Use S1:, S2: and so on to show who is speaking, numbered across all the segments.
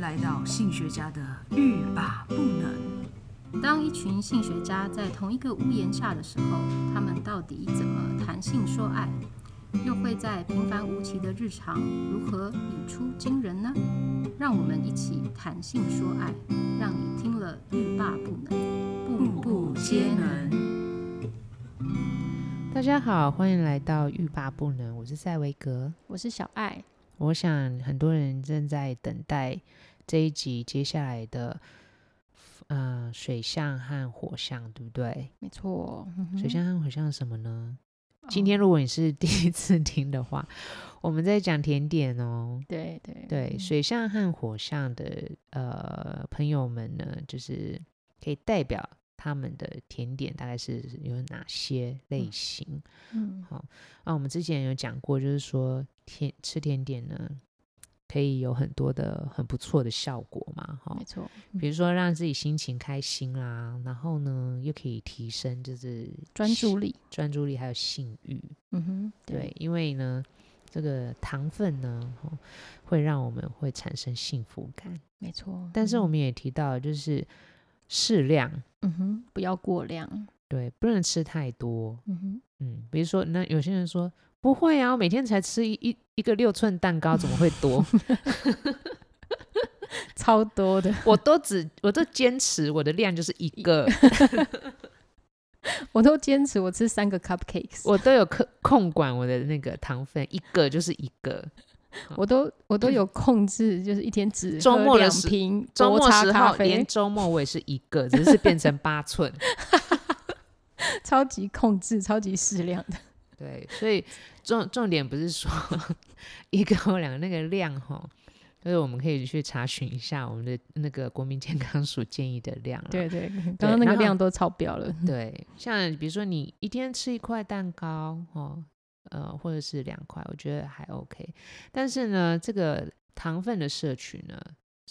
S1: 来到性学家的欲罢不能。
S2: 当一群性学家在同一个屋檐下的时候，他们到底怎么谈性说爱？又会在平凡无奇的日常如何语出惊人呢？让我们一起谈性说爱，让你听了欲罢不能，步步皆能。
S3: 大家好，欢迎来到欲罢不能，我是赛维格。
S2: 我是小爱，
S3: 我想很多人正在等待这一集接下来的，呃，水象和火象，对不对？
S2: 没错。
S3: 水象和火象是什么呢？今天如果你是第一次听的话， 我们在讲甜点哦。
S2: 对对
S3: 对，水象和火象的呃朋友们呢，就是可以代表他们的甜点大概是有哪些类型。
S2: 嗯
S3: 好，那、啊我们之前有讲过，就是说甜吃甜点呢，可以有很多的很不错的效果嘛，哈、
S2: 没错，
S3: 比如说让自己心情开心啦，然后呢又可以提升就是
S2: 专注力。
S3: 专注力还有性欲，
S2: 嗯哼，
S3: 对，，因为呢这个糖分呢、哦会让我们会产生幸福感，
S2: 没错。
S3: 但是我
S2: 们
S3: 们也提到就是适量，
S2: 嗯哼，不要过量。
S3: 对，不能吃太多，
S2: 嗯哼，
S3: 嗯，比如说，那有些人说不会啊，我每天才吃一一一个六寸蛋糕，怎么会多？
S2: 超多的，
S3: 我都只我都坚持我的量就是一个，
S2: 我都坚持我吃三个 cupcakes。
S3: 我都有控控管我的那个糖分，一个就是一个。
S2: 我都我都有控制，就是一天只
S3: 周
S2: 喝
S3: 末的
S2: 两
S3: 时
S2: 瓶
S3: 周
S2: 薄
S3: 末
S2: 茶
S3: 时
S2: 咖
S3: 候，
S2: 啡
S3: 连周末我也是一个，只是变成八寸。
S2: 超级控制、超级适量 的。
S3: 对，所以重重点不是说 一个或两个那个量哈。就是我们可以去查询一下我们的那个国民健康署建议的量啊啦，
S2: 对 对，刚刚那个
S3: 然后
S2: 量都超标了。
S3: 对，像比如说你一天吃一块蛋糕哦，呃，或者是两块，我觉得还 OK。但是呢，这个糖分的摄取呢，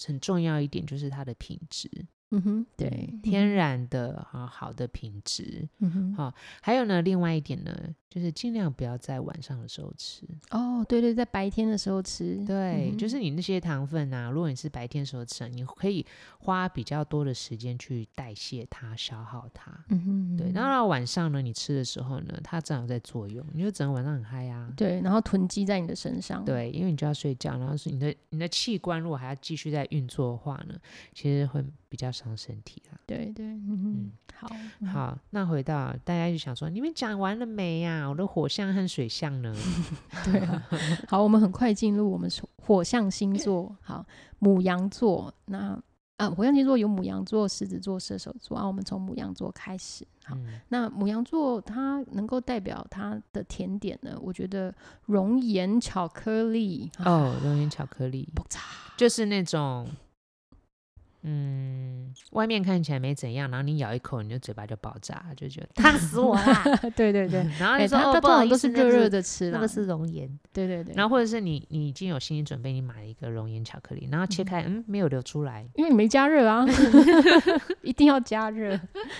S3: 很重要一点就是它的品质，
S2: 嗯哼，对
S3: 嗯，天然的啊好的品质。
S2: 嗯哼，
S3: 好还有呢，另外一点呢，就是尽量不要在晚上的时候吃。
S2: 哦，对对，在白天的时候吃，
S3: 对，
S2: 嗯
S3: 就
S2: 哼
S3: 是你那些糖分啊，如果你是白天时候吃，啊你可以花比较多的时间去代谢它、消耗它。
S2: 嗯哼，
S3: 对，
S2: 嗯哼
S3: 那到晚上呢，你吃的时候呢，它正好在作用，你就整个晚上很嗨啊。
S2: 对，然后囤积在你的身上，，
S3: 对，因为你就要睡觉，然后是你的你的器官如果还要继续在运作的话呢，其实会比较伤身体啦。
S2: 对对，嗯哼，好，嗯，
S3: 好，那回到大家就想说，你们讲完了没呀、我的火象和水象 呢？
S2: 对 啊，好，我们很快进入我们所火象星 座，好，母羊座，那啊，火象星座有母羊座、狮子座、射手座啊，我们从母羊座开始，好，
S3: 嗯，
S2: 那母羊座它能够代表它的甜点呢，我觉得熔岩巧克 力，啊，
S3: 哦，熔岩巧克力
S2: 爆炸，
S3: 就是那种，嗯，外面看起来没怎样，然后你咬一口，你就嘴巴就爆炸，就觉得烫死我啦。
S2: 对对对。
S3: 然后
S2: 哎、
S3: 你说，
S2: 它
S3: 哦，
S2: 它
S3: 不
S2: 通
S3: 好
S2: 常
S3: 意
S2: 都
S3: 思
S2: 是
S3: 那
S2: 热热的吃啦，
S3: 那个是熔岩，
S2: 对对对，
S3: 然后或者是你你已经有心理准备，你买了一个熔岩巧克力，然后切开，嗯，没有流出来，
S2: 因为你没加热 啊，一定要加热，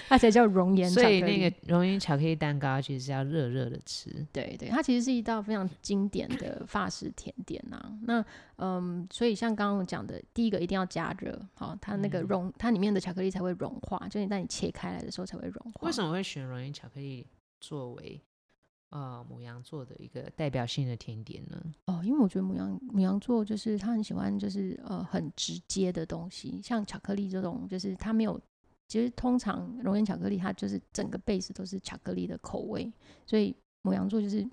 S2: 它才叫熔岩巧
S3: 所
S2: 克
S3: 以
S2: 力。
S3: 那个熔岩巧克力蛋糕其实是要热热的吃。
S2: 对对，它其实是一道非常经典的法式甜点呐、那嗯，所以像刚刚我讲的，第一个一定要加热，好，它那个
S3: 嗯
S2: 融，它里面的巧克力才会融化，就你在你切开来的时候才会融化。
S3: 为什
S2: 么？
S3: 么会选熔岩巧克力作为呃母羊座的一个代表性的甜点呢？
S2: 哦，因为我觉得母羊母羊座就是他很喜欢就是呃很直接的东西，像巧克力这种，就是它没有。其实通常熔岩巧克力它就是整个 base 都是巧克力的口味，所以母羊座就是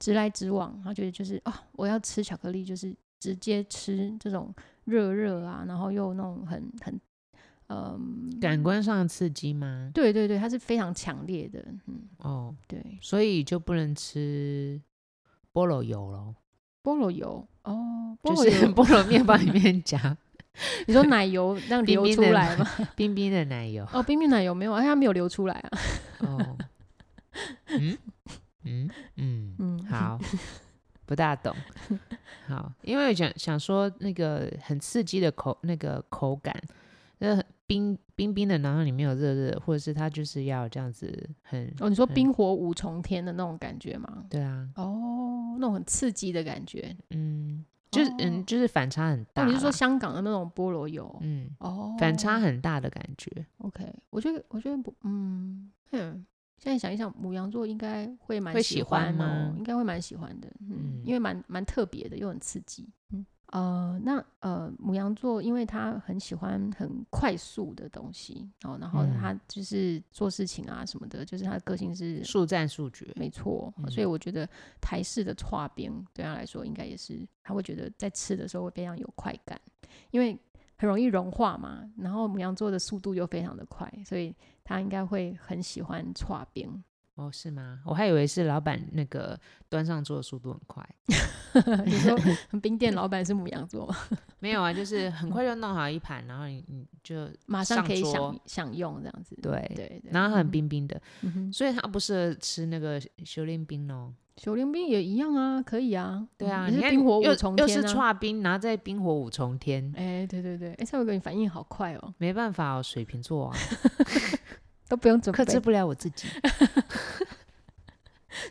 S2: 直来直往，他觉得就是啊、我要吃巧克力，就是直接吃这种热热啊，然后又那种很很嗯，
S3: 感官上的刺激吗？
S2: 对对对，它是非常强烈的，嗯，
S3: 哦，
S2: 对，
S3: 所以就不能吃菠萝油喽，
S2: 菠萝油哦，菠
S3: 就
S2: 萝
S3: 是
S2: 油，
S3: 菠萝面包 里面夹
S2: 你说奶油让
S3: 冰
S2: 流
S3: 冰
S2: 出
S3: 的
S2: 来吗？
S3: 冰冰的奶油。
S2: 哦，冰冰奶油没有，哎，它没有流出来啊。
S3: 哦，嗯嗯嗯。
S2: 嗯，
S3: 好，不大懂。好，因为我想想说那个很刺激的口那个口感，那冰冰冰的，然后里面有热热的，或者是它就是要这样子很
S2: 哦，你说
S3: 嗯
S2: 冰火五重天的那种感觉吗？
S3: 对啊，
S2: 哦，那种很刺激的感觉，
S3: 嗯，就是
S2: 哦
S3: 嗯，就是反差很
S2: 那
S3: 大啦。
S2: 你是说香港的那种菠萝油？
S3: 嗯，
S2: 哦，
S3: 反差很大的感觉，
S2: OK，我觉得我觉得不，嗯，哼，现在想一想，母羊座应该会蛮
S3: 会喜
S2: 喜
S3: 欢
S2: 欢哦
S3: 吗，
S2: 应该会蛮喜欢的，嗯，
S3: 嗯
S2: 因为蛮蛮特别的，又很刺激，嗯，呃，那呃，母羊座因为他很喜欢很快速的东西，哦，然后
S3: 嗯
S2: 他就是做事情啊什么的，就是他的个性是
S3: 速战速决。
S2: 没错，所以
S3: 嗯
S2: 我觉得台式的跨边对他来说，应该也是他会觉得在吃的时候会非常有快感，因为很容易融化嘛。然后母羊座的速度又非常的快，所以他应该会很喜欢跨边。
S3: 哦，是吗？我还以为是老板那个端上桌的速度很 快，
S2: 你 说冰店老板是母羊座吗？
S3: 没有啊，就是很快就弄好一盘，然后你你就
S2: 马上可以
S3: 上
S2: 享
S3: 桌
S2: 享用这样子。
S3: 对
S2: 对对，
S3: 然后它很
S2: 嗯
S3: 冰冰的，
S2: 嗯哼
S3: 所以他不适合吃那个修炼冰哦。
S2: 九零冰也一样啊，可以啊。
S3: 对啊，
S2: 嗯也
S3: 你
S2: 是
S3: 看
S2: 冰火
S3: 又
S2: 五重
S3: 又
S2: 天
S3: 是
S2: 啊。
S3: 串冰，然后再冰火五重天，
S2: 哎，对对对，哎，蔡伟哥，你反应好快哦，
S3: 没办法哦，水瓶座啊，
S2: 都不用准
S3: 克制
S2: 备，
S3: 不了我自 己。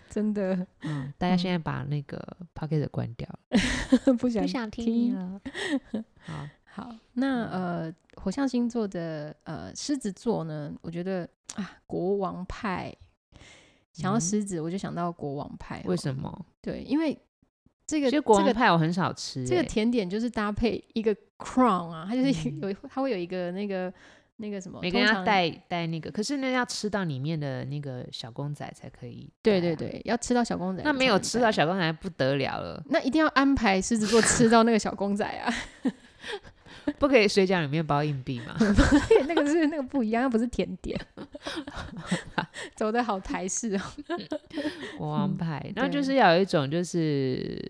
S2: 真的
S3: 嗯，大家现在把那个 Pocket 关掉了，
S2: 不想
S3: 不想听
S2: 听
S3: 你了。 好，
S2: 好，那
S3: 嗯
S2: 呃，火象星座的呃狮子座呢，我觉得啊，国王派，想到
S3: 嗯
S2: 狮子，我就想到国王派、
S3: 为什？么？
S2: 对，因为这
S3: 其
S2: 个
S3: 实国
S2: 这
S3: 王
S2: 个
S3: 派我很少吃欸，
S2: 这个甜点就是搭配一个 crown 啊，它就是
S3: 嗯
S2: 有一它会有一个那个那个什么，
S3: 每个人
S2: 通
S3: 要
S2: 常
S3: 带带那个，可是那要吃到里面的那个小公仔才可以。啊
S2: 对对，对，要吃到小公仔，
S3: 那没有吃到。小公仔不得了了，
S2: 那一定要安排狮子座吃到那个小公仔啊，
S3: 不可以水饺里面包硬币嘛？
S2: 那个是那个不一样，那不是甜 点，走的好台式哦。
S3: 国王派，然后
S2: 嗯
S3: 就
S2: 对
S3: 是要有一种就是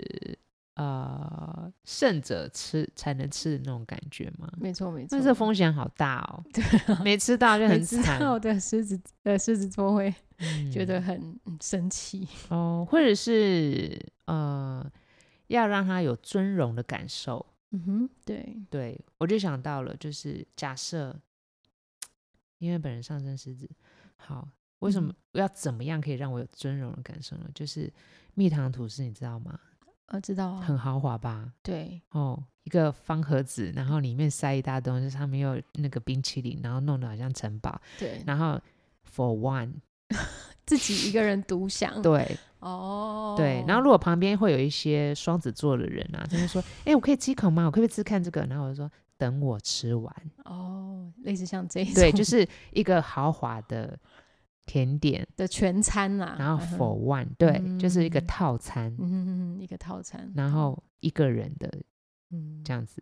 S3: 呃胜者吃才能吃的那种感觉嘛。
S2: 没错没错，啊
S3: 但是风险好大哦，没吃到就
S2: 没
S3: 很
S2: 知
S3: 惨，
S2: 道的狮子呃狮子座会觉
S3: 嗯
S2: 得很、嗯生气，
S3: 哦，或者是呃要让他有尊荣的感受。
S2: 嗯哼，对，
S3: 对，我就想到了，就是假设，因为本人上升狮子，好，为什么、
S2: 嗯
S3: 要怎么样可以让我有尊荣的感受呢？就是蜜糖吐司，你知道吗？
S2: 呃，知道啊，
S3: 很豪华吧？
S2: 对，
S3: 哦，一个方盒子，然后里面塞一大东西，上面又有那个冰淇淋，然后弄得好像城堡，
S2: 对，
S3: 然后 for one，
S2: 自己一个人独享，
S3: 对
S2: 哦，
S3: 对，然后如果旁边会有一些双子座的人啊，他就说，哎、我可以吃一口吗？我可不可以吃看这个？然后我就说。等我吃完，
S2: 哦，类似像这一种
S3: 对，就是一个豪华的甜点，
S2: 的全餐啦，
S3: 然后
S2: 嗯哼
S3: for one，对，就是一个
S2: 嗯
S3: 套餐，
S2: 嗯哼哼哼一个套餐，
S3: 然后一个人的
S2: 嗯，
S3: 这样子。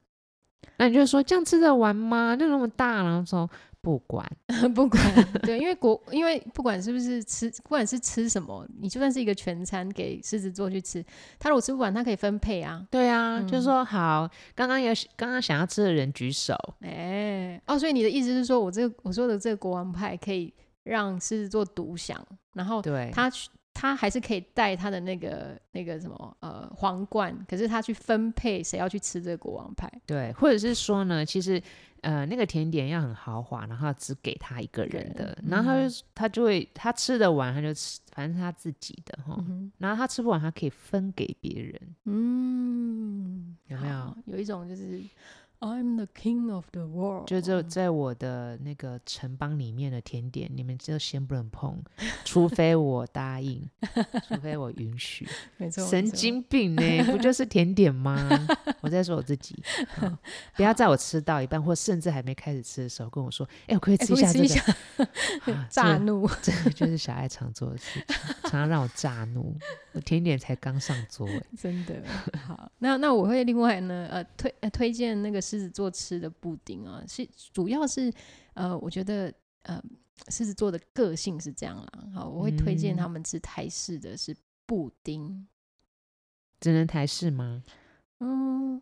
S3: 那你就说这样吃得完吗？就那么大，然后说不管，
S2: 不管对，因为国因为不管是不是吃，不管是吃什么，你就算是一个全餐给狮子座去吃，他如果吃不完，他可以分配啊，
S3: 对啊，就
S2: 嗯
S3: 说好，刚刚有刚刚想要吃的人举手，
S2: 哎、哦，所以你的意思是说，我这个我说的这个国王派可以让狮子座独享，然后
S3: 对，
S2: 他去他还是可以带他的那个那个什么呃皇冠，可是他去分配谁要去吃这个国王派
S3: 对，或者是说呢，其实呃那个甜点要很豪华，然后只给他一个人
S2: 人
S3: 的，然后他就他就会他吃得完他就吃，反正是他自己的哈，
S2: 嗯
S3: 然后他吃不完他可以分给别人，
S2: 嗯，
S3: 有没有
S2: 好？有一种就是 I'm the king of the world，
S3: 就就在我的那个城邦里面的甜点，你们就先不能碰，除非我答应，除非我允许。
S2: 没错，没
S3: 神
S2: 错
S3: 经病呢、不就是甜点吗？ 我在说我自己， 好不要在我吃到一半或甚至还没开始吃的时候跟我说：“哎、我可以
S2: 哎
S3: 吃一
S2: 可以
S3: 下
S2: 吃
S3: 这
S2: 一
S3: 个。 啊
S2: 炸怒，
S3: 这这就是小爱常做的事情，常常让我炸怒。我甜点才刚上桌、欸，
S2: 真 的好。那那我会另外呢，呃，推呃推荐那个狮子座吃的布丁啊，是主要是呃，我觉得呃，狮子座的个性是这样啦。好，我会推荐
S3: 嗯
S2: 他们吃台式的是布丁。
S3: 只能台式吗？
S2: 嗯，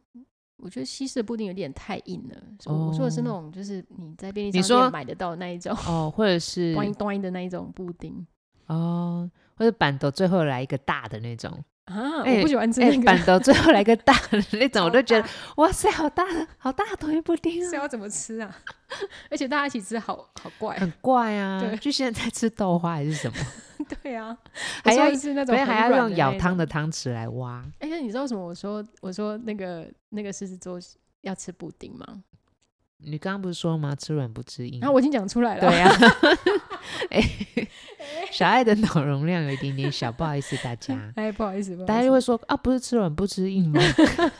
S2: 我觉得西式的布丁有点太硬了。我、我说的是那
S3: 哦
S2: 种，就是你在便利
S3: 你
S2: 商
S3: 说
S2: 店买得到的那一种，
S3: 哦，或者是
S2: 端端的那一种布丁。
S3: 哦，或者板豆最后来一个大的那种，
S2: 啊，
S3: 哎
S2: 我不喜欢吃
S3: 哎、
S2: 那个，
S3: 板豆最后来个大的那种，
S2: 超
S3: 我都觉
S2: 大
S3: 得哇塞，好大的好大的同一布丁
S2: 是
S3: 啊，
S2: 要怎么吃啊？ 而且大家一起吃好，好怪，
S3: 很怪啊，
S2: 对
S3: 就现在在吃豆花还是什么，
S2: 对啊，
S3: 还要
S2: 是那
S3: 所
S2: 种
S3: 以
S2: 很
S3: 还要
S2: 软
S3: 用
S2: 的
S3: 舀
S2: 那
S3: 汤的
S2: 种。
S3: 汤匙来挖。
S2: 哎、那你知道为什么？我说我说那个那个狮子座要吃布丁
S3: 嗯
S2: 吗？
S3: 你刚刚不是说吗？吃软不吃硬。
S2: 然后我已经讲出来了，。
S3: 对呀、啊，哎、小爱的脑容量有一点点小，不好意思大家
S2: 哎，不好意思，不好意思
S3: 啊大家就会说啊，不是吃软不吃硬吗？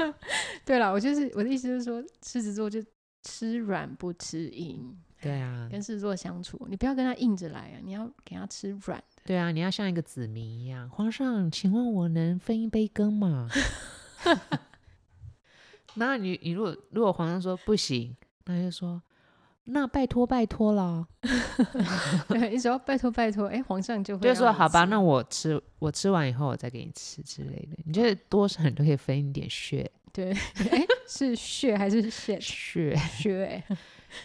S2: 对了，我就是我的意思就是说，狮子座就吃软不吃硬，
S3: 对啊，
S2: 跟狮子座相处，你不要跟他硬着来啊，你要给他吃软。
S3: 对啊，你要像一个子民一样，皇上，请问我能分一杯羹吗？ 然后你你如果如果皇上说不行，那就说那拜托拜托啦，
S2: 对，你只要拜托拜托，哎，皇上就会
S3: 就
S2: 让
S3: 说
S2: 你
S3: 好吧，
S2: 吃
S3: 那我吃我吃完以后我再给你吃之类的，你就是多少你都可以分一点血
S2: 对，哎，是血还是血
S3: 血，
S2: 血
S3: 对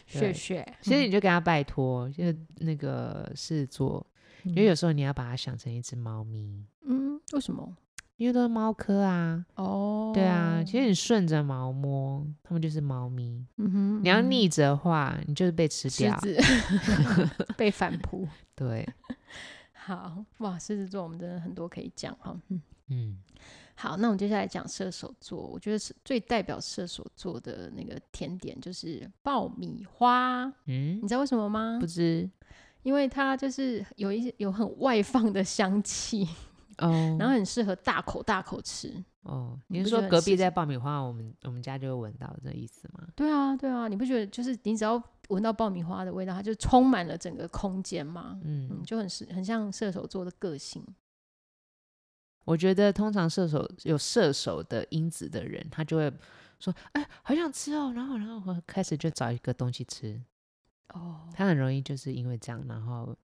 S2: 血血？
S3: 所以你就跟他拜托，就是那个事做，因为有时候你要把它想成一只猫咪，
S2: 嗯，为什么？
S3: 因为都是猫科啊，
S2: 哦，
S3: 对啊，其实你顺着毛摸，它们就是猫咪。
S2: 嗯哼，
S3: 你要
S2: 嗯
S3: 逆着的话，你就是被吃
S2: 狮
S3: 掉。
S2: 子 被反扑。
S3: 对，
S2: 好哇，狮子座我们真的很多可以讲哈。嗯
S3: 嗯，
S2: 好，那我们接下来讲射手座，我觉得是最代表射手座的那个甜点就是爆米花，
S3: 嗯
S2: 你，知道为什么吗
S3: 不？知
S2: 因为它就是有一些有很外放的香气，
S3: 哦。
S2: 然后很适合大口大口吃。
S3: 哦，
S2: 你
S3: 你
S2: 不
S3: 是
S2: 觉
S3: 说
S2: 得
S3: 隔
S2: 很
S3: 壁
S2: 刺
S3: 在
S2: 激
S3: 爆米花，我们我们家就会闻到这意思吗？
S2: 对啊，对啊，你不觉得就是你只要闻到爆米花的味道，它就充满了整个空间吗？嗯，
S3: 嗯，
S2: 就很是很像射手座的个性。
S3: 我觉得通常射手有射手的因子的人，他就会说，哎，好想吃哦，然后然后我开始就找一个东西吃，
S2: 哦，
S3: 他很容易就是因为这样，然后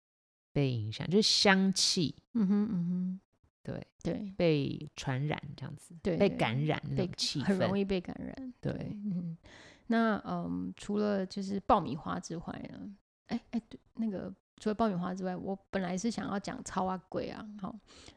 S3: 被影响，就是香气
S2: 嗯哼嗯
S3: 对
S2: 哼，对，
S3: 被传染这样子，
S2: 对
S3: 被
S2: 对
S3: 感染那
S2: 被
S3: 种气
S2: 很容
S3: 氛，
S2: 易被感染。
S3: 对
S2: 嗯，那嗯，除了就是爆米花之外呢，哎哎，对，那个除了爆米花之外，我本来是想要讲超啊鬼啊，好，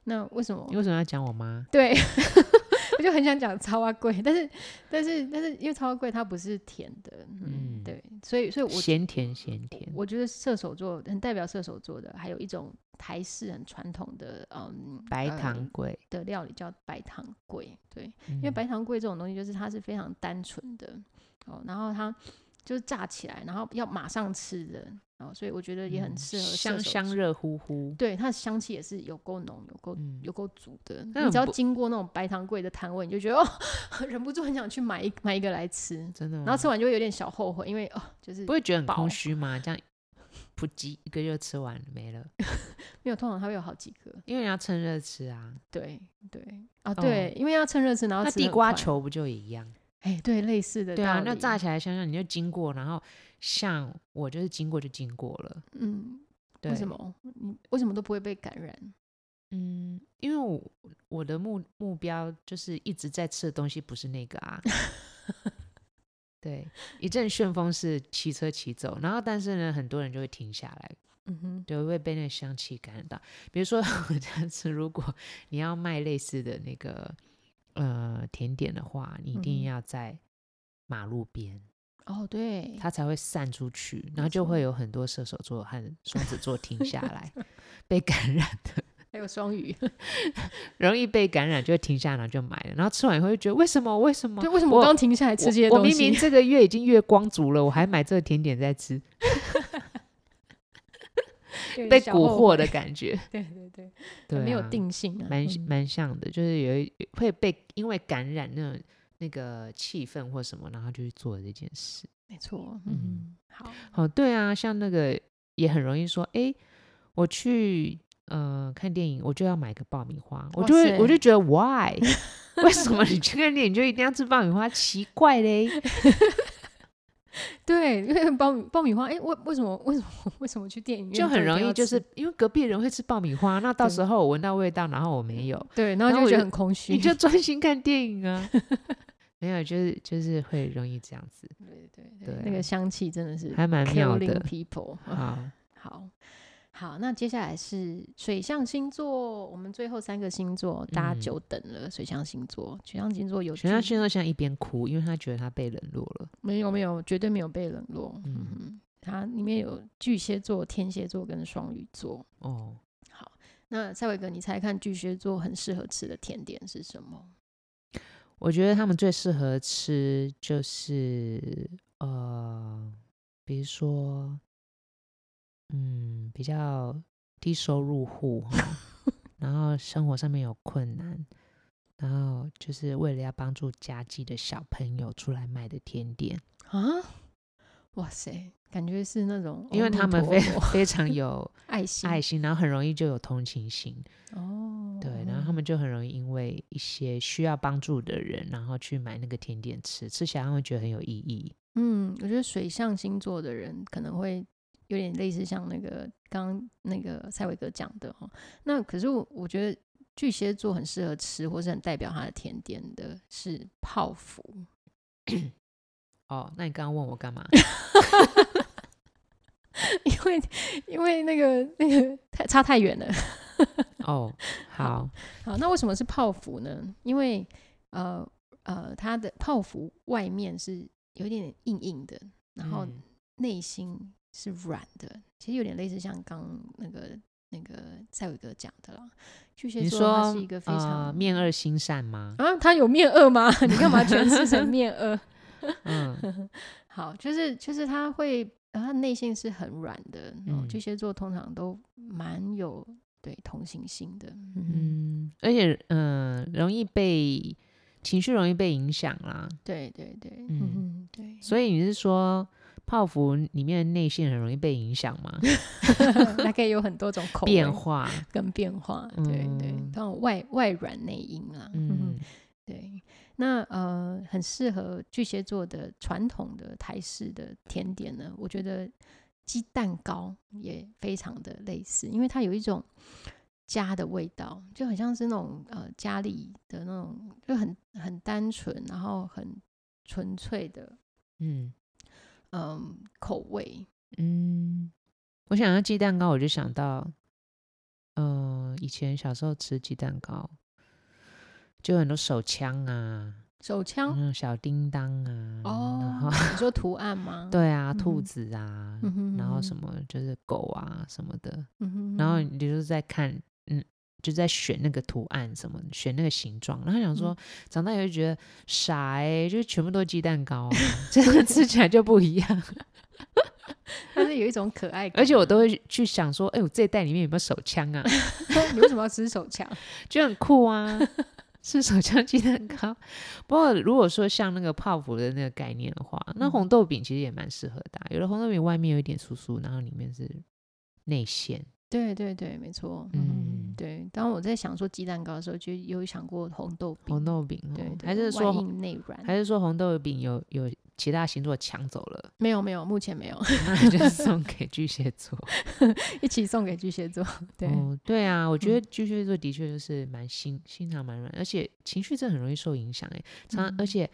S2: 那为什么
S3: 你？为什么要讲我妈？
S2: 对， 我就很想讲超啊贵，但是但是但是因为超啊贵它不是甜的，嗯，
S3: 嗯
S2: 对，所以所以我
S3: 咸甜咸甜，
S2: 我觉得射手座很代表射手座的，还有一种台式很传统的嗯
S3: 白
S2: 呃
S3: 糖嗯桂，
S2: 的料理叫白糖桂，对，
S3: 因
S2: 因为白糖桂这种东西就是它是非常单纯的哦，然后它就是炸起来，然后要马上吃的哦，所以我觉得也很适合射
S3: 嗯香
S2: 手
S3: 香
S2: 座。
S3: 热乎乎。
S2: 对它的香气也是有够浓，有够
S3: 嗯，
S2: 有够足的。
S3: 那
S2: 你
S3: 很
S2: 只要
S3: 不
S2: 经过那种白糖柜的摊位，你就觉得哦， 忍不住很想去买一买一个来吃，
S3: 真的吗？
S2: 然后吃完就会有点小后悔，因为哦，就是
S3: 嗯不会觉得很
S2: 饱
S3: 空虚吗？这样 不急一个就吃完了没了，
S2: 没有通常它会有好几个，
S3: 因为你要趁热吃啊。
S2: 对对啊对，因为要趁热吃，然后
S3: 哦那
S2: 吃
S3: 地
S2: 很快，
S3: 瓜球不就一样？
S2: 哎，对，类似的
S3: 对啊
S2: 道，
S3: 那
S2: 理
S3: 炸起来香香，你就经过，然后像我就是经过就经过了。
S2: 嗯，
S3: 对，
S2: 为什？么你为什么都不会被感染？
S3: 嗯，因为我我的目目标就是一直在吃的东西不是那个 啊。对，一阵旋风是骑车骑走，然后但是呢，很多人就会停下来，
S2: 嗯哼，
S3: 对，会被那个香气感染到。比如说，我这次如果你要卖类似的那个呃甜点的话，你一
S2: 嗯
S3: 定
S2: 哼
S3: 要在马路边，
S2: 哦对，
S3: 它才会散出去，然后
S2: 没
S3: 就会
S2: 错
S3: 有很多射手座和双子座停 下来被感染的，
S2: 还有双鱼，
S3: 容易被感染就会停下来，然后就买了，然后吃完以后就觉得为什么为什 么
S2: 对，为什么我
S3: 我
S2: 刚停下来吃这些
S3: 我我
S2: 东
S3: 明 明
S2: 西？
S3: 这个月已经月光族了，我还买这个甜点在吃，
S2: 有点
S3: 被
S2: 小
S3: 蛊
S2: 后
S3: 惑
S2: 悔
S3: 的，感觉，
S2: 对对 对，
S3: 对、
S2: 没有
S3: 啊
S2: 定性啊，
S3: 蛮
S2: 嗯
S3: 蛮像的，就是有一会被因为感染那种那个气氛或什么，然后就去做这件事。
S2: 没错，
S3: 嗯
S2: 嗯，好，
S3: 哦，对啊，像那个也很容易说，诶，我去呃看电影，我就要买个爆米花，我
S2: 哇
S3: 就会
S2: 塞
S3: 我就觉得 why？为 什么你去看电影就一定要吃爆米花？奇 怪嘞，
S2: 对，因为爆米爆米花，哎、为为什么为什么 为什么去电影院
S3: 就很
S2: 一定
S3: 容易
S2: 要
S3: 就是
S2: 吃
S3: 因为隔壁人会吃爆米花，那到
S2: 对嗯
S3: 时候我闻到味道，然后我没有，
S2: 对，然
S3: 然
S2: 后就
S3: 后我
S2: 觉
S3: 就
S2: 得很空虚。
S3: 你 就专心看电影啊。 没有，就是就是会容易这样子，
S2: 对对
S3: 对
S2: 那
S3: 啊
S2: 个香气真的是
S3: 还蛮妙
S2: 嗯 killing
S3: 的。
S2: people 啊。
S3: 好，
S2: 好好，那接下来是水象星座，我们最后三个星座大家
S3: 嗯
S2: 久等了。水象星座，水象星座有
S3: 全家
S2: 巨
S3: 现在现在一边哭，因为他觉得他被冷落了。
S2: 没有没有，绝对没有被冷落。嗯
S3: 嗯
S2: 哼，它里面有巨蟹座、天蝎座跟双鱼座。
S3: 哦，
S2: 好，那蔡伟哥，你猜看巨蟹座很适合吃的甜点是什么？
S3: 我觉得他们最适合吃就是呃，比如说，嗯，比较低收入户哈，然后生活上面有困难，然后就是为了要帮助家计的小朋友出来卖的甜点，
S2: 啊？哇塞，感觉是那种
S3: 因为
S2: 阿弥
S3: 他们
S2: 陀
S3: 非
S2: 佛
S3: 非常有
S2: 爱心
S3: 爱心，然后很容易就有同情心，
S2: 哦，
S3: 对，然后他们就很容易因为一些需要帮助的人，然后去买那个甜点吃，吃起来他们会觉得很有意义。
S2: 嗯，我觉得水象星座的人可能会有点类似像那个刚刚那个蔡伟哥讲的哦。那可是我我觉得巨蟹座很适合吃，或是很代表他的甜点的是泡芙。
S3: 哦，那你刚刚问我干嘛？
S2: 因为因为那个那个太差太远了。
S3: 哦，好，
S2: 好，那为什么是泡芙呢？因为呃呃，它的泡芙外面是有一点点硬硬的，然后
S3: 嗯
S2: 内心是软的，其实有点类似像刚那个那个蔡伟哥讲的啦。巨蟹
S3: 你
S2: 座它
S3: 说
S2: 是一个非
S3: 呃
S2: 常、
S3: 面二心善 吗？
S2: 啊，它有面恶吗？ 你干嘛全吃 成面恶？
S3: 嗯
S2: 好，就是就是他会，呃他内心是很软的。嗯，
S3: 嗯
S2: 巨蟹座通常都蛮有对同情心的。嗯，
S3: 嗯，而且嗯、呃容易被情绪容易被影响啦，
S2: 对对对，嗯
S3: 嗯
S2: 嗯对。
S3: 所以你是说泡芙里面的内馅很容易被影响吗？
S2: 它可以有很多种口味
S3: 变化，
S2: 跟变化。对对，
S3: 嗯
S2: 当然外外软内阴啦。嗯
S3: 嗯，
S2: 对。那呃，很适合巨蟹座的传统的台式的甜点呢，我觉得鸡蛋糕也非常的类似，因为它有一种家的味道，就很像是那种呃家里的那种，就很很单纯，然后很纯粹的
S3: 嗯
S2: 嗯、口味。
S3: 嗯，我想到鸡蛋糕，我就想到，呃，以前小时候吃鸡蛋糕，就很多手枪啊，
S2: 手枪、
S3: 嗯，小叮当啊，然
S2: 哦
S3: 后，
S2: 你说图案吗？，
S3: 对啊，
S2: 嗯
S3: 兔
S2: 哼
S3: 子啊，
S2: 嗯哼
S3: 然后什
S2: 么？
S3: 么就是狗啊什么的，
S2: 嗯哼
S3: 然后你就是在看，嗯，就在选那个图案什么，选那个形状，然后想
S2: 嗯
S3: 说、长大以后就觉得傻哎、欸，就是全部都是鸡蛋糕、啊， 这个吃起来就不一样，
S2: 但是有一种可爱感啊，
S3: 而且我都会去想说，哎、我这一袋里面有没有手枪啊，
S2: 你为什么要吃手枪？
S3: 就很酷啊。 吃手枪鸡蛋糕，不过如果说像那个泡芙的那个概念的话，那
S2: 嗯
S3: 红豆饼其实也蛮适合的啊、有的红豆饼外面有一点酥酥，然后里面是内馅，
S2: 对对对，没错。嗯
S3: 嗯，
S2: 对。当我在想说鸡蛋糕的时候，就有想过红豆饼，
S3: 红豆饼、哦，
S2: 对对，
S3: 还是
S2: 外
S3: 说红
S2: 硬内软？
S3: 还是说红豆饼有有其他星座抢走了，
S2: 没有没有，目前没有，
S3: 那就是送给巨蟹座。
S2: 一起送给巨蟹座。对，嗯
S3: 哦，对啊，我觉得巨蟹座的确就是蛮心心肠蛮软，而且情绪真的很容易受影响哎，常、
S2: 嗯
S3: 而且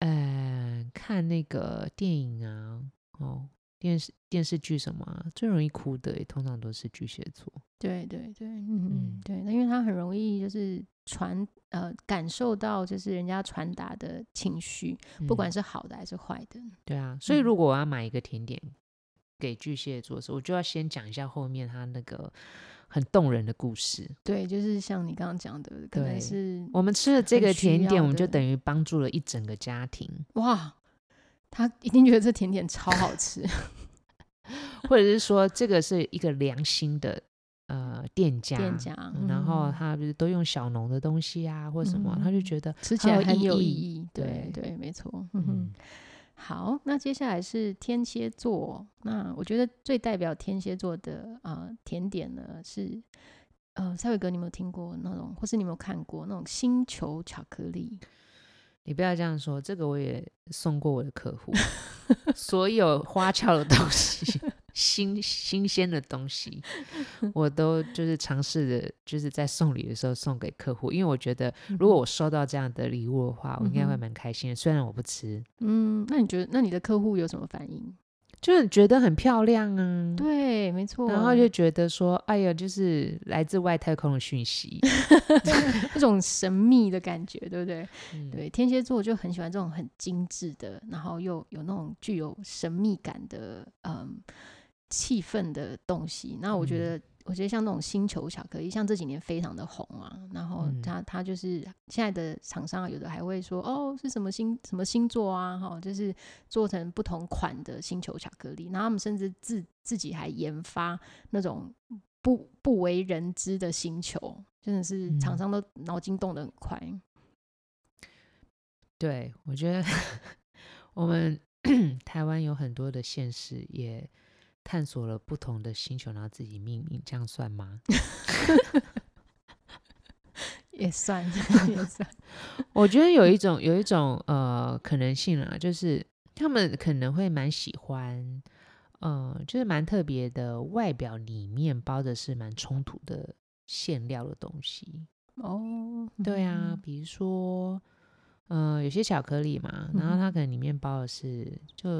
S3: 呃看那个电影啊，哦电视电视剧什么、啊、最容易哭的诶，通常都是巨蟹座。
S2: 对对对，嗯嗯
S3: 嗯，
S2: 对。那因为他很容易就是传呃感受到就是人家传达的情绪，不管
S3: 嗯
S2: 是好的还是坏的。
S3: 对啊，所以
S2: 嗯
S3: 如果我要买一个甜点给巨蟹座的时候，我就要先讲一下后面他那个很动人的故事。
S2: 对，就是像你刚刚讲的，可能
S3: 对哦
S2: 是
S3: 我们吃了这
S2: 很
S3: 个
S2: 需
S3: 甜
S2: 要
S3: 点，我们就
S2: 的
S3: 等于帮助了一整个家庭，
S2: 哇，他一定觉得这甜点超好吃。
S3: 或者是说这个是一个良心的呃店家，
S2: 店家
S3: 嗯然后
S2: 嗯
S3: 他不是都用小农的东西啊，或什么，他就觉得
S2: 吃起
S3: 很
S2: 来
S3: 有
S2: 很
S3: 意
S2: 有意
S3: 义
S2: 义。对对没错。嗯哼
S3: 嗯，
S2: 好，那接下来是天蝎座。那我觉得最代表天蝎座的呃甜点呢是。呃，蔡伟哥，你有没有听过那种，或是你有没有看过那种星球巧克力？
S3: 你不要这样说，这个我也送过我的 客户，所有花俏的东西。 新新鲜的 东西，我都就是尝试着，就是在送礼的时候送给客户，因为我觉得如果我收到这样的礼物的话，我应该
S2: 嗯
S3: 会
S2: 哼
S3: 蛮开心的。虽然我不吃，
S2: 嗯，那你觉得，那你的客户有什么反应？
S3: 就很觉得很漂亮啊。
S2: 对，没错。
S3: 然后就觉得说，哎呀，就是来自外太空的讯息。
S2: 一种神秘的感觉，对不对？
S3: 嗯
S2: 对，天蝎座就很喜欢这种很精致的，然后又有那种具有神秘感的，嗯，气氛的东西。那我觉
S3: 嗯
S2: 得，我觉得像那种星球巧克力，像这几年非常的红啊。然后
S3: 嗯
S2: 它它就是现在的厂商啊有的还会说，哦，是什么星什么星座啊？哈、就是做成不同款的星球巧克力。然后他们甚至自自己还研发那种不不为人知的星球，真的是
S3: 嗯
S2: 厂商都脑筋动得很快。
S3: 对，我觉得我们 台湾有很多的县市也探索了不同的星球，然后自己命名，这样算吗？
S2: 也 算，也算。
S3: 我觉得有一种有一种呃可能性啊，就是他们可能会蛮喜欢，呃，就是蛮特别的外表里面包的是蛮冲突的馅料的东西。
S2: 哦，
S3: 对啊
S2: 嗯，，
S3: 比如说，呃，有些巧克力嘛，然后它可能里面包的是就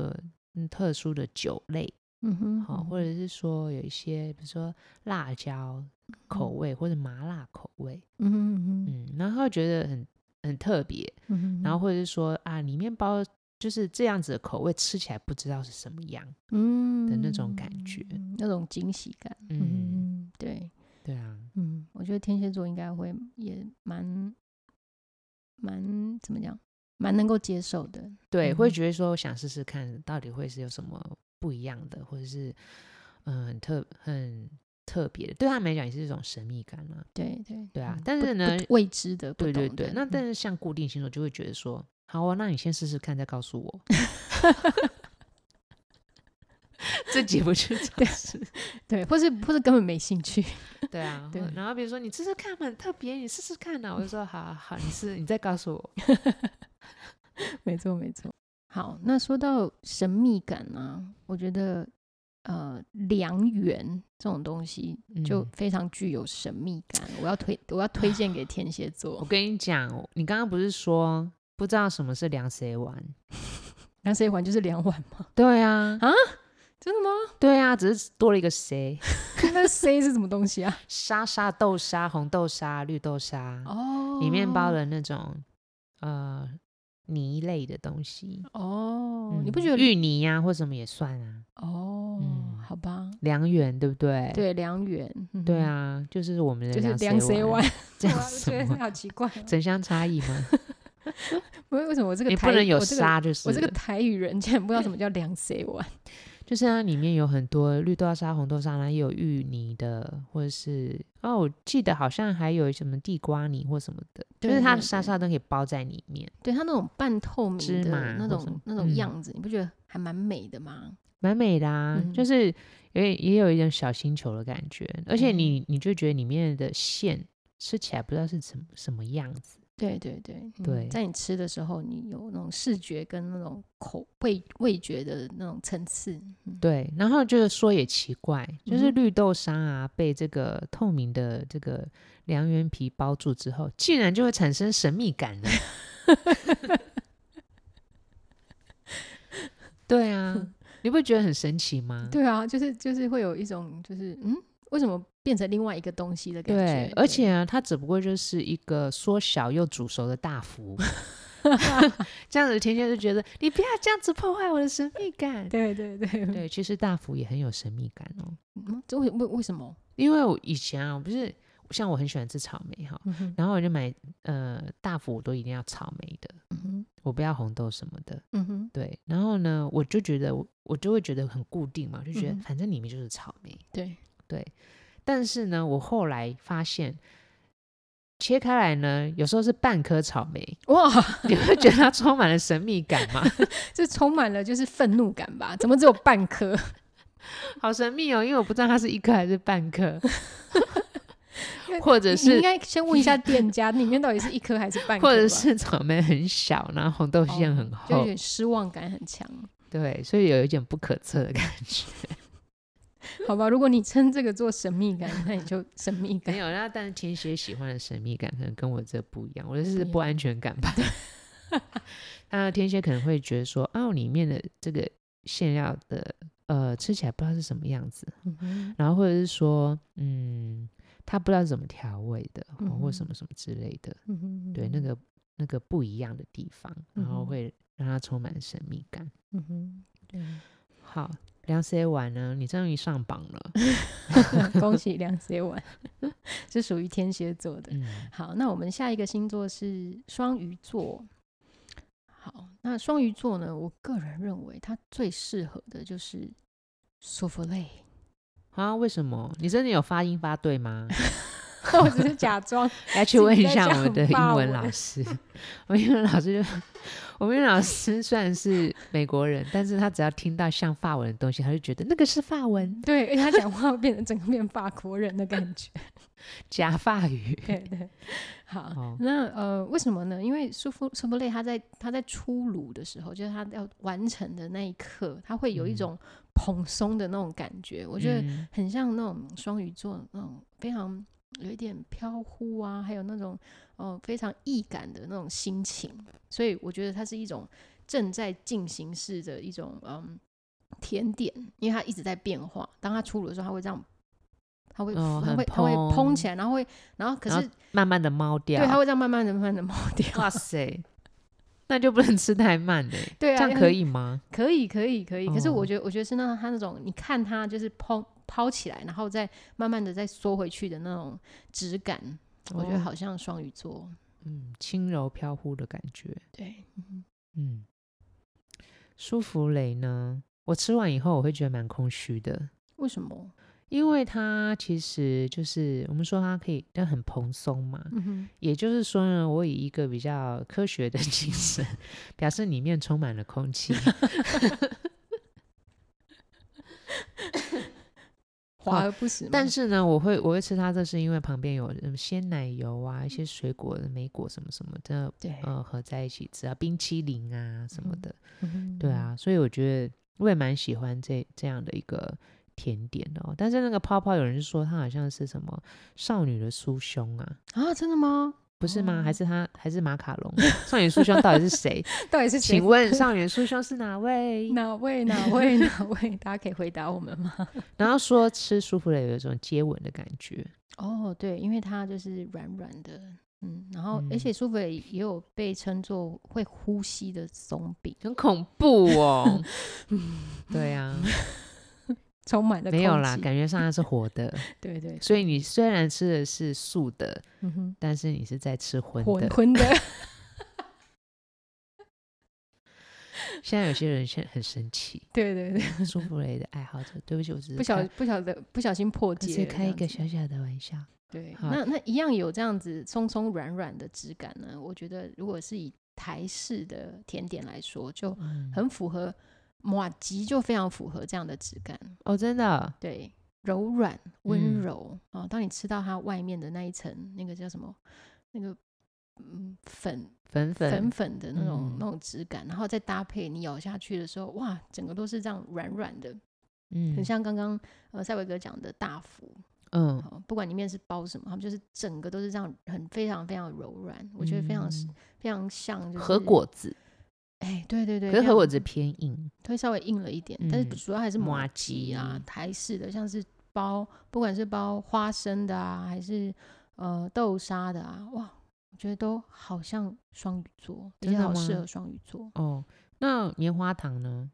S3: 嗯特殊的酒类，
S2: 嗯哼，
S3: 好、或者是说有一些比如说辣椒口味或者麻辣口味，
S2: 嗯哼嗯哼
S3: 嗯，然后他会觉得很很特别，
S2: 嗯哼，
S3: 然后或者是说啊，里面包就是这样子的口味，吃起来不知道是什么样，
S2: 嗯
S3: 那种感觉
S2: 嗯那种惊喜感，
S3: 嗯，
S2: 嗯，对，
S3: 对啊，
S2: 嗯，我觉得天蝎座应该会也蛮蛮怎么讲，蛮能够接受的，
S3: 对，会
S2: 嗯
S3: 觉得说我想试试看，到底会是有什么不一样的，或者是嗯、很特很特别的，对他们来讲也是一种神秘感啊。
S2: 对对
S3: 对啊
S2: 嗯
S3: 但
S2: 不
S3: 是
S2: 不
S3: 呢
S2: 未知的，不
S3: 对对
S2: 懂
S3: 对，
S2: 的
S3: 那
S2: 嗯
S3: 但是像固定星座就会觉得说，好啊，那你先试试看，再告诉我。 自己不 去尝试，
S2: 对，或是或是根本没兴趣，
S3: 对啊，
S2: 对
S3: 或然后比如说你试试看嘛，很特别，你试试看呐、我就说好啊好，你试，你再告诉我。
S2: 没错，没错。好，那说到神秘感呢、啊，我觉得呃，良缘这种东西就
S3: 嗯
S2: 非常具有神秘感。我要推，我要推荐给天蝎
S3: 我
S2: 座。
S3: 跟你讲，你刚刚不是说不知道什么是量谁玩？
S2: 那谁玩就是两碗吗？
S3: 对啊，
S2: 真的吗？
S3: 对啊，只是多了一个谁，
S2: 那 C 是什么东西啊？
S3: 沙沙豆沙、红豆沙、绿豆沙，
S2: 哦，
S3: 嗯里面包了那种呃泥类的东西。
S2: 哦，你
S3: 嗯
S2: 不觉得
S3: 芋泥呀、或什么也算啊？
S2: 哦？
S3: 嗯
S2: 好吧，
S3: 良缘对不对？
S2: 对，良缘，嗯
S3: 对
S2: 哼，
S3: 啊，就是我们的
S2: 就是
S3: 梁
S2: 两
S3: 谁
S2: 谁玩，
S3: 这样
S2: 哇 我觉
S3: 什
S2: 得
S3: 么
S2: 好奇怪哦。
S3: 城乡差异吗？
S2: 为为什么我这个
S3: 你
S2: 台
S3: 不能有
S2: 我这个
S3: 沙，就是
S2: 我这个台语人竟然不知道什么叫两谁玩？
S3: 就是它里面有很多绿豆啊沙、红豆沙，然后也有芋泥的，或者是哦，我记得好像还有什么地瓜泥或什么的，就
S2: 对
S3: 是它
S2: 对
S3: 的沙
S2: 对
S3: 沙都可以包在里面，
S2: 对它那种半透
S3: 芝
S2: 明的
S3: 麻
S2: 那
S3: 或什
S2: 种
S3: 么
S2: 那种
S3: 嗯
S2: 样子，你不觉得还蛮美的吗？
S3: 蛮美的啊。
S2: 嗯
S3: 就是有点也有一种小星球的感觉，而
S2: 嗯
S3: 且你你就觉得里面的馅吃起来不知道是什么什么样子，
S2: 对对对嗯
S3: 对
S2: 在你吃的时候，你有那种视觉跟那种口味味觉的那种层次。
S3: 对。然后就是说也奇怪，就是
S2: 嗯哼
S3: 绿豆沙啊被这个透明的这个良缘皮包住之后，竟然就会产生神秘感了。对啊，你不觉得很神奇吗？
S2: 对啊，就是就是会有一种就是嗯，为什么变成另外一个东西的感觉？
S3: 对，而且啊，它只不过就是一个缩小又煮熟的大福。 这样子，天蝎就觉得你不要这样子破坏我的神秘感。
S2: 对对对 对，
S3: 对，其实大福也很有神秘感哦。
S2: 嗯这为为为什么？
S3: 因为我以前啊，我不是像我很喜欢吃草莓哈，
S2: 嗯哼
S3: 然后我就买呃大福，我都一定要草莓的，
S2: 嗯哼
S3: 我不要红豆什么的。
S2: 嗯哼，
S3: 对，然后呢，我就觉得我我就会觉得很固定嘛，就
S2: 嗯
S3: 觉得
S2: 哼
S3: 反正里面就是草莓。
S2: 对，
S3: 对，但是呢，我后来发现，切开来呢，有时候是半颗草莓，
S2: 哇，
S3: 你会觉得它充满了神秘感嘛？
S2: 这充满了就是愤怒感吧？怎么只有半颗？
S3: 好神秘哦，因为我不知道它是一颗还是半 颗，或者
S2: 你你应
S3: 是
S2: 该先问一下店家，里面到底是一颗还是半颗吧？
S3: 或者是草莓很小，然后红豆馅
S2: 哦
S3: 很
S2: 就有
S3: 厚，
S2: 点失望感很强，
S3: 对，所以有一点不可测的感觉。
S2: 好吧？如果你称这个做神秘感，那你就神秘感
S3: 没。有，那但是天蝎喜欢的神秘感可能跟我这不一样，我这
S2: 不
S3: 是
S2: 一
S3: 不 安全感吧。那天蝎可能会觉得说，哦，里面的这个馅料的呃吃起来不知道是什么样子，
S2: 嗯哼
S3: 然后或者是说嗯他不知道是怎么调味的、哦或
S2: 嗯
S3: 什么什么之类的，
S2: 嗯哼
S3: 对那个那个不一样的地方，然
S2: 嗯
S3: 后
S2: 哼
S3: 会让它充满神秘感。
S2: 嗯哼，对，
S3: 好，梁 C 完呢，啊你终于上榜 了，
S2: 恭喜梁 C 完， 是属于天蝎座的。
S3: 嗯
S2: 好，那我们下一个星座是双鱼座。好，那双鱼座呢，我个人认为它最适合的就是舒芙蕾，
S3: 啊，为什么？你真的有发音发对吗？
S2: 我只是假装
S3: 要去问一
S2: 在
S3: 下我
S2: 讲
S3: 们的英
S2: 法
S3: 文
S2: 文
S3: 老师。 我们英文老师就，我们英文老师虽然是美国人，但是他只要听到像法文的东西，他就觉得那个是法文
S2: 对，而且他讲话会变成整个变法国人的感觉。
S3: 假法语。
S2: 对对，好，
S3: 哦，
S2: 那呃，为什么呢？因为舒芙舒芙蕾，它在它在出炉的时候，就是它要完成的那一刻，它会有一
S3: 嗯
S2: 种蓬松的那种感觉。我
S3: 我
S2: 觉得很像那种双鱼座那种非常有一点飘忽啊，还有那种呃非常易感的那种心情。所以我觉得它是一种正在进行式的一种嗯甜点，因为它一直在变化。当它出炉的时候，它会这样。它会，
S3: 哦
S2: 它
S3: 很
S2: 会，它会
S3: 蓬
S2: 蓬起来，然后会，然后可
S3: 然
S2: 是
S3: 后慢慢的猫掉。
S2: 对，它会这样慢慢的、慢慢的冒掉。
S3: 哇塞，那就不能吃太慢嘞、
S2: 对啊，
S3: 这样可以吗？
S2: 可以，可以，可以。可是
S3: 哦
S2: 我觉得，我觉得是那它那种，你看它就是抛抛起来，然后再慢慢的再缩回去的那种质感，我觉得
S3: 哦
S2: 好像双鱼座。
S3: 嗯，轻柔飘忽的感觉。
S2: 对，
S3: 嗯，舒芙蕾呢，我吃完以后我会觉得蛮空虚的，
S2: 为什么？
S3: 因为它其实就是我们说它可以，但很蓬松嘛。
S2: 嗯哼，
S3: 也就是说呢，我以一个比较科学的 精神，表示里面充满了空气，
S2: 华而不实嘛。
S3: 但是呢，我会我会吃它，这是因为旁边有嗯鲜奶油啊，一些水果、莓果什么什么的，
S2: 对，
S3: 呃，合在一起吃啊，冰淇淋啊什么
S2: 嗯
S3: 的。
S2: 嗯哼
S3: 对，啊，所以我觉得我也蛮喜欢这这样的一个甜点的哦。但是那个泡泡，有人就说它好像是什么少女的酥胸啊，
S2: 啊，真的吗？
S3: 不是吗？还
S2: 哦
S3: 是它还是马卡龙？啊少女酥胸到 底是谁？
S2: 到底是谁
S3: 请问少女酥胸是哪位？
S2: 哪位 哪位哪位？大家可以回答我们吗？
S3: 然后说吃舒芙蕾有一种接吻的感觉，
S2: 哦，对，因为它就是软软的，嗯，然后、而
S3: 嗯
S2: 且舒芙蕾也有被称作会呼吸的松饼，
S3: 很恐怖哦。 对 啊，
S2: 充满了
S3: 没有啦，
S2: 空气
S3: 感觉上它是活 的，
S2: 对对，
S3: 所以你虽然吃的是素的，
S2: 嗯哼，
S3: 但是你是在吃荤
S2: 混
S3: 的。
S2: 混的，
S3: 现在有些人现在很生气。
S2: 对对对，
S3: 舒芙蕾的爱好者。对不起，我只是
S2: 不小
S3: 开
S2: 不小的不小心破
S3: 我只
S2: 解
S3: 是
S2: 了
S3: 开
S2: 这
S3: 一
S2: 样
S3: 个
S2: 子
S3: 小小的玩笑。
S2: 对，
S3: 好
S2: 那那一样有这样子松松软软的质感呢。我觉得如果是以台式的甜点来说，就
S3: 嗯，
S2: 很符合马吉，就非常符合这样的质感。
S3: 哦，真的
S2: 对，柔软温
S3: 嗯
S2: 柔啊、当你吃到它外面的那一层那个叫什么那个嗯粉
S3: 粉粉
S2: 粉粉的那种、
S3: 嗯
S2: 那种质感，然后再搭配你咬下去的时候，哇，整个都是这样软软的，
S3: 嗯，
S2: 很像刚刚呃赛维格讲的大福、
S3: 嗯，
S2: 哦，不管里面是包什么，他们就是整个都是这样很非常非常柔软，我觉得非常、
S3: 嗯
S2: 非常像、就是、
S3: 和，果子，
S2: 哎，对对对，
S3: 可是和果子
S2: 非
S3: 偏硬，
S2: 常会稍微硬了一点，但是
S3: 嗯
S2: 主要还是
S3: 麻
S2: 麻吉啊
S3: 糬，
S2: 台式的像是包，不管是包花生的啊，还是呃豆沙的啊，哇。我觉得都好像双鱼座，而
S3: 真
S2: 且
S3: 的
S2: 好适
S3: 吗
S2: 合双鱼座。
S3: 哦。那棉花糖呢？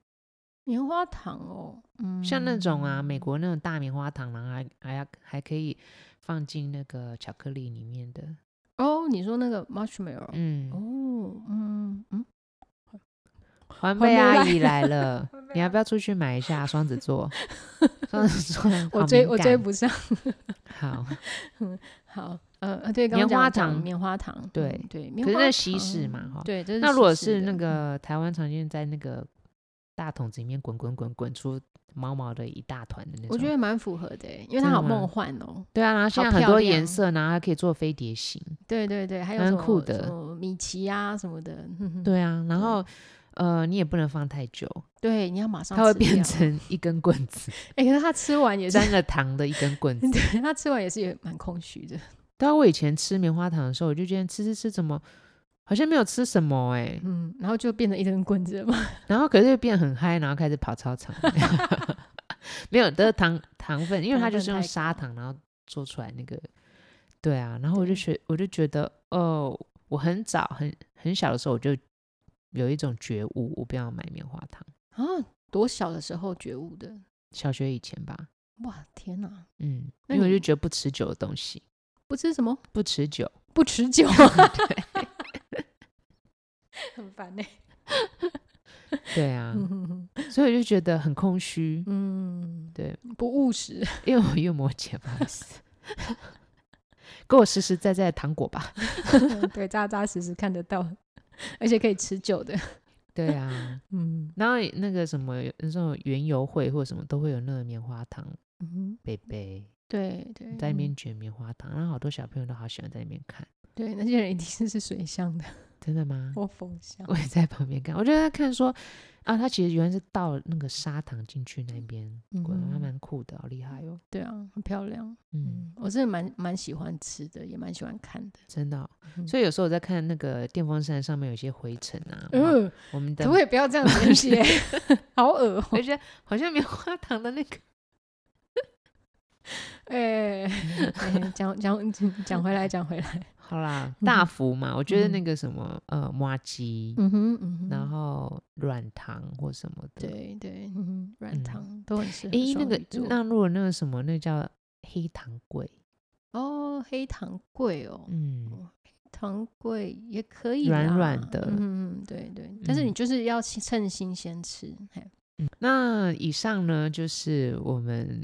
S2: 棉花糖哦，嗯，
S3: 像那种啊，美国那种大棉花糖，然后还还要还可以放进那个巧克力里面的，
S2: 哦，你说那个 marshmallow，、
S3: 嗯，
S2: 哦，嗯嗯，
S3: 环
S2: 环
S3: 贝
S2: 贝
S3: 阿
S2: 拉
S3: 姨来了
S2: 环，贝
S3: 你要
S2: 阿
S3: 不要出去买一下双子 座？双子座
S2: 我
S3: 好
S2: 追
S3: 敏
S2: 我追
S3: 感
S2: 不上。
S3: 好，
S2: 好，呃呃，对，刚刚
S3: 棉花
S2: 讲讲
S3: 糖
S2: 棉花糖，
S3: 对
S2: 嗯对，
S3: 可
S2: 棉
S3: 是
S2: 花
S3: 那西式嘛，
S2: 糖
S3: 哈，
S2: 对，这是
S3: 那如果
S2: 西式
S3: 是那
S2: 的
S3: 个台湾常见在那个大桶子里面滚滚滚滚出毛毛的一大团的那种，
S2: 我觉得蛮符合的欸，因为
S3: 真
S2: 它
S3: 的
S2: 好
S3: 吗
S2: 梦幻哦。
S3: 对啊，然后现
S2: 好
S3: 在很
S2: 漂
S3: 多颜
S2: 亮
S3: 色，然后还可以做飞碟形，
S2: 对对对，还有
S3: 蛮
S2: 什么
S3: 酷
S2: 什
S3: 的
S2: 么米奇啊什么的，哼哼
S3: 对啊，然后呃你也不能放太久，
S2: 对，你要马上
S3: 它会
S2: 吃
S3: 变
S2: 掉
S3: 成一根棍子，
S2: 哎，可是它吃完也是，
S3: 沾了糖的一根棍 子。啊
S2: 对，它吃完也是也蛮空虚的。
S3: 但我以前吃棉花糖的时候，我就觉得吃吃吃怎么好像没有吃什么哎、
S2: 嗯，然后就变成一根棍子了嘛。
S3: 然后可是又变很嗨，然后开始跑操场， 没有，都是糖糖分，因为它就是用
S2: 糖分太高
S3: 砂糖然后做出来那个，对啊，然后我就
S2: 对
S3: 学，我就觉得哦，我很早很很小的时候我就有一种觉悟，我不要买棉花糖，
S2: 啊，多小的时候觉悟的？
S3: 小学以前吧，
S2: 哇，天哪！
S3: 嗯，
S2: 那
S3: 因为我
S2: 你
S3: 就觉得不持久的东西，
S2: 不吃什么？
S3: 不持久，
S2: 不持 久， 很烦欸呢、
S3: 对啊，
S2: 嗯
S3: 所以我就觉得很空虚，
S2: 嗯，
S3: 对，
S2: 不务实。
S3: 因为我又摩羯，不好意思， 给我实实在在的糖果吧，
S2: 对，扎扎实实看得到，而且可以持久的。
S3: 对啊。
S2: 嗯
S3: 然后那个什么，那种园游会或什么都会有那个棉花糖
S2: 嗯哼，
S3: 贝贝
S2: 对对，
S3: 在那边
S2: 嗯
S3: 卷棉花糖，然后好多小朋友都好喜欢在那边看。
S2: 对那些人一定是是水象的
S3: 真的 吗？
S2: 或风象。
S3: 我也在旁边看，我就在看说啊，他其实原来是倒那个砂糖进去那边滚，还
S2: 嗯
S3: 蛮酷的，好厉害哦。
S2: 对啊，很漂亮。
S3: 嗯，
S2: 嗯，我真的蛮蛮喜欢吃的，也蛮喜欢看的。
S3: 真的哦、
S2: 嗯
S3: 所以有时候我在看那个电风扇上面有一些灰尘啊，哇
S2: 嗯，
S3: 我们的
S2: 可不可以不要这样子写？ 好恶哦、
S3: 我觉得好像棉花糖的 那个
S2: 哎、哎讲讲讲回来，讲回来。
S3: 好啦，
S2: 嗯
S3: 大福嘛，我觉得那
S2: 嗯
S3: 个什么呃麻鸡，
S2: 嗯哼，嗯哼。
S3: 然后软糖或什么的。
S2: 对对，嗯哼，
S3: 嗯
S2: 软糖都很适合
S3: 诶，那
S2: 双
S3: 个
S2: 鱼座
S3: 那如果那个什么，那叫黑糖桂，
S2: 哦，黑糖桂哦，
S3: 嗯，
S2: 糖桂也可以
S3: 软
S2: 啦
S3: 软的
S2: 嗯嗯，对对，但是你
S3: 嗯
S2: 就是要新趁新鲜吃，嘿
S3: 那以上呢就是我们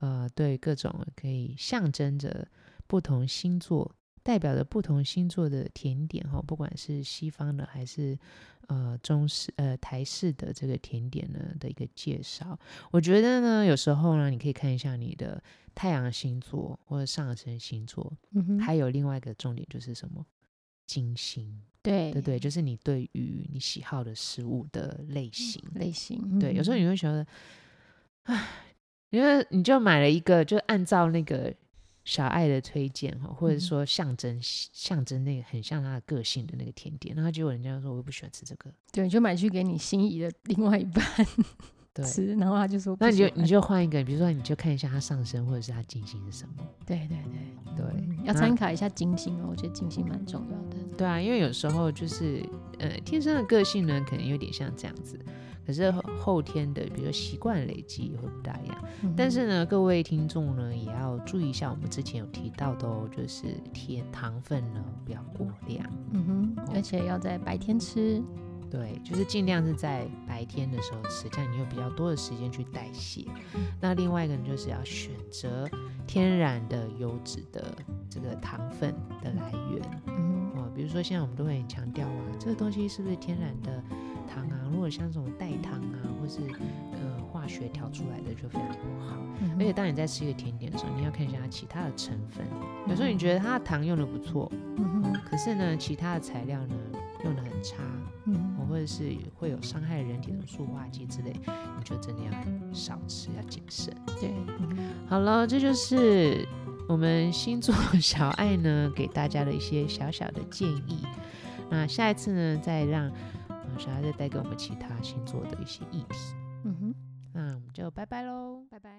S3: 呃对各种可以象征着不同星座。代表着不同星座的甜点哈，不管是西方的还是呃中式呃台式的这个甜点呢的一个介绍。我觉得呢，有时候呢，你可以看一下你的太阳星座或者上升星座，
S2: 嗯哼，
S3: 还有另外一个重点就是什么？金星，
S2: 对
S3: 对对，就是你对于你喜好的食物的类型，
S2: 类型，
S3: 对，有时候
S2: 嗯
S3: 你会觉得，唉，因为你就买了一个，就按照那个小爱的推荐哈，或者
S2: 嗯
S3: 说象征象征那个很像他的个性的那个甜点，然后结果人家说我不喜欢吃这个，
S2: 对，就买去给你心仪的另外一半
S3: 对。
S2: 吃，然后他就说不
S3: 那你就
S2: 喜欢
S3: 你就换一个，比如说你就看一下它上升或者是它金星是什么，
S2: 对对对，
S3: 对，
S2: 嗯要
S3: 那
S2: 参考一下金星哦，我觉得金星蛮重要的，
S3: 对啊，因为有时候就是呃，天生的个性呢，可能有点像这样子，可是后后天的，比如说习惯累积也会不大一样。
S2: 嗯
S3: 但是呢，各位听众呢，也要注意一下我们之前有提到的哦，就是甜糖分呢不要过量，
S2: 嗯
S3: 哦
S2: 哼，而且要在白天吃，
S3: 对，就是尽量是在白天的时候吃，这样你有比较多的时间去代谢。那另外一个呢，就是要选择天然的优质的这个糖分的来源。
S2: 嗯
S3: 哦，比如说现在我们都会很强调啊，这个东西是不是天然的糖啊？如果像什么代糖啊，或是呃化学调出来的就非常不好。
S2: 哼，嗯
S3: 而且
S2: 哼
S3: 当你在吃一个甜点的时候，你要看一下它其他的成分。有时候你觉得它的糖用的不错，哦
S2: 嗯哼
S3: 可是呢，其他的材料呢用的很差，
S2: 嗯
S3: 哦或者是会有伤害人体的塑化剂之类，你就真的要少吃，要谨慎。
S2: 哼，对，嗯哼
S3: 好了，这就是我们星座小爱呢给大家的一些小小的建议。那下一次呢，再让呃小爱再带给我们其他星座的一些议题。
S2: 嗯哼。
S3: 那我们就拜拜喽，拜拜。